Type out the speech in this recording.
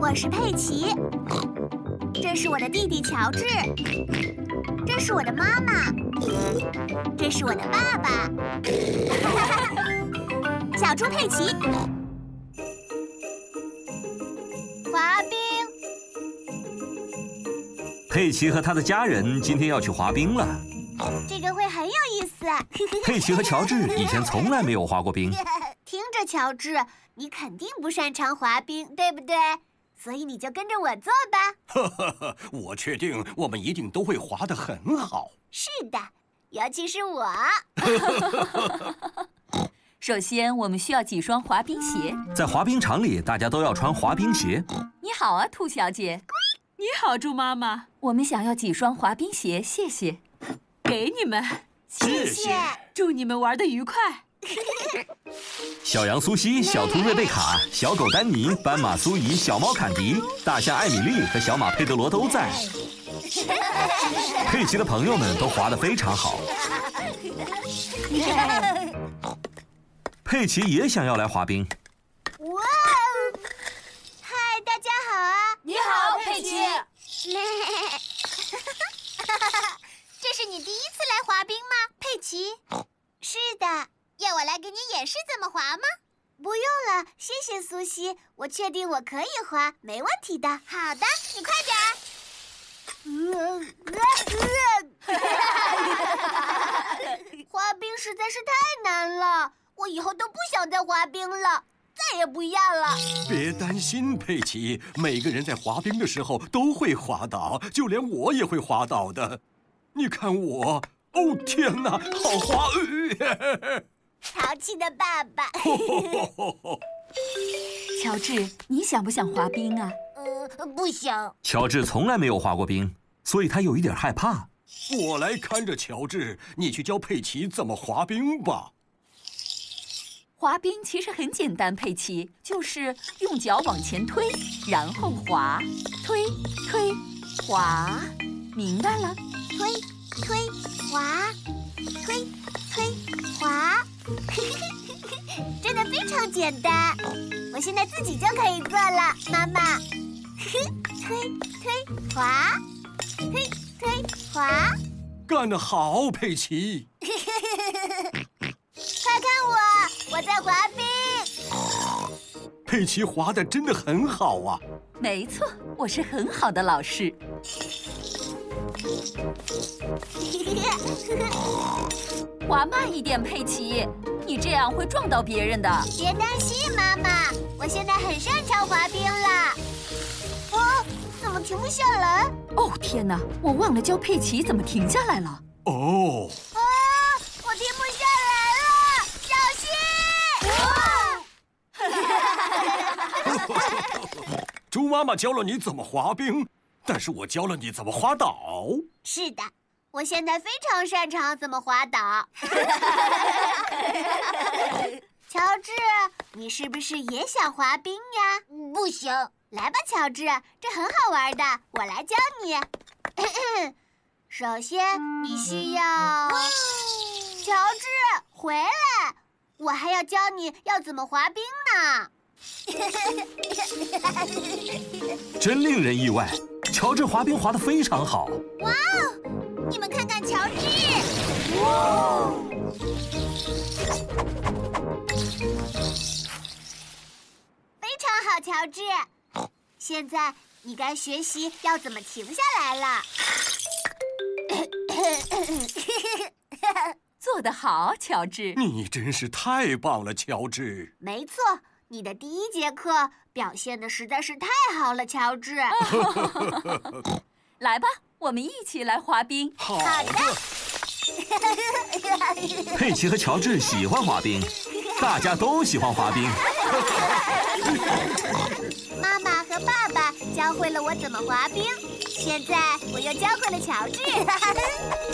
我是佩奇，这是我的弟弟乔治，这是我的妈妈，这是我的爸 爸，小猪佩奇，滑冰。佩奇和他的家人今天要去滑冰了。这个会很有意思。佩奇和乔治以前从来没有滑过冰， 听着，乔治，你肯定不擅长滑冰，对不对？所以你就跟着我做吧。呵呵呵， 我确定我们一定都会滑得很好。是的，尤其是我。首先，我们需要几双滑冰鞋。在滑冰场里，大家都要穿滑冰鞋。你好啊，兔小姐。你好，猪妈妈。我们想要几双滑冰鞋，谢谢。给你们，谢谢。祝你们玩的愉快。小羊苏西、小兔瑞贝卡、小狗丹尼、斑马苏怡、小猫坎迪、大象艾米丽和小马佩德罗都在。佩奇的朋友们都滑得非常好。佩奇也想要来滑冰。哇哦！嗨，大家好啊！你好，佩奇。 这是你第一次来滑冰吗，佩奇？是的。要我来给你演示怎么滑吗？不用了，谢谢苏西，我确定我可以滑，没问题的。好的，你快点。 滑冰实在是太难了，我以后都不想再滑冰了，再也不要了。别担心，佩奇，每个人在滑冰的时候都会滑倒，就连我也会滑倒的。你看我，哦天哪，好滑！呃淘气的爸爸， 乔治，你想不想滑冰啊？呃，不想。乔治从来没有滑过冰，所以他有一点害怕。我来看着乔治，你去教佩奇怎么滑冰吧。滑冰其实很简单，佩奇，就是用脚往前推，然后滑，推推滑，明白了？推推滑，推推滑。 真的非常简单，我现在自己就可以做了，妈妈。 推推滑，推推滑，干得好，佩奇！快看我，我在滑冰。佩奇滑的真的很好啊！没错，我是很好的老师。滑慢一点，佩奇，你这样会撞到别人的。 别担心，妈妈，我现在很擅长滑冰了。哦，怎么停不下来？哦天哪，我忘了教佩奇怎么停下来了。哦。啊，我停不下来了，小心！哦、猪妈妈教了你怎么滑冰。但是我教了你怎么滑倒。是的，我现在非常擅长怎么滑倒。 乔治，你是不是也想滑冰呀？不行，来吧，乔治，这很好玩的，我来教你。 首先，你需要……乔治，回来！我还要教你要怎么滑冰呢。真令人意外，乔治滑冰滑得非常好。哇哦！你们看看乔治。哇、哦！非常好，乔治。现在你该学习要怎么停下来了。做得好，乔治。你真是太棒了，乔治。没错。你的第一节课表现的实在是太好了，乔治。来吧，我们一起来滑冰。好的。佩奇和乔治喜欢滑冰，大家都喜欢滑冰。妈妈和爸爸教会了我怎么滑冰，现在我又教会了乔治。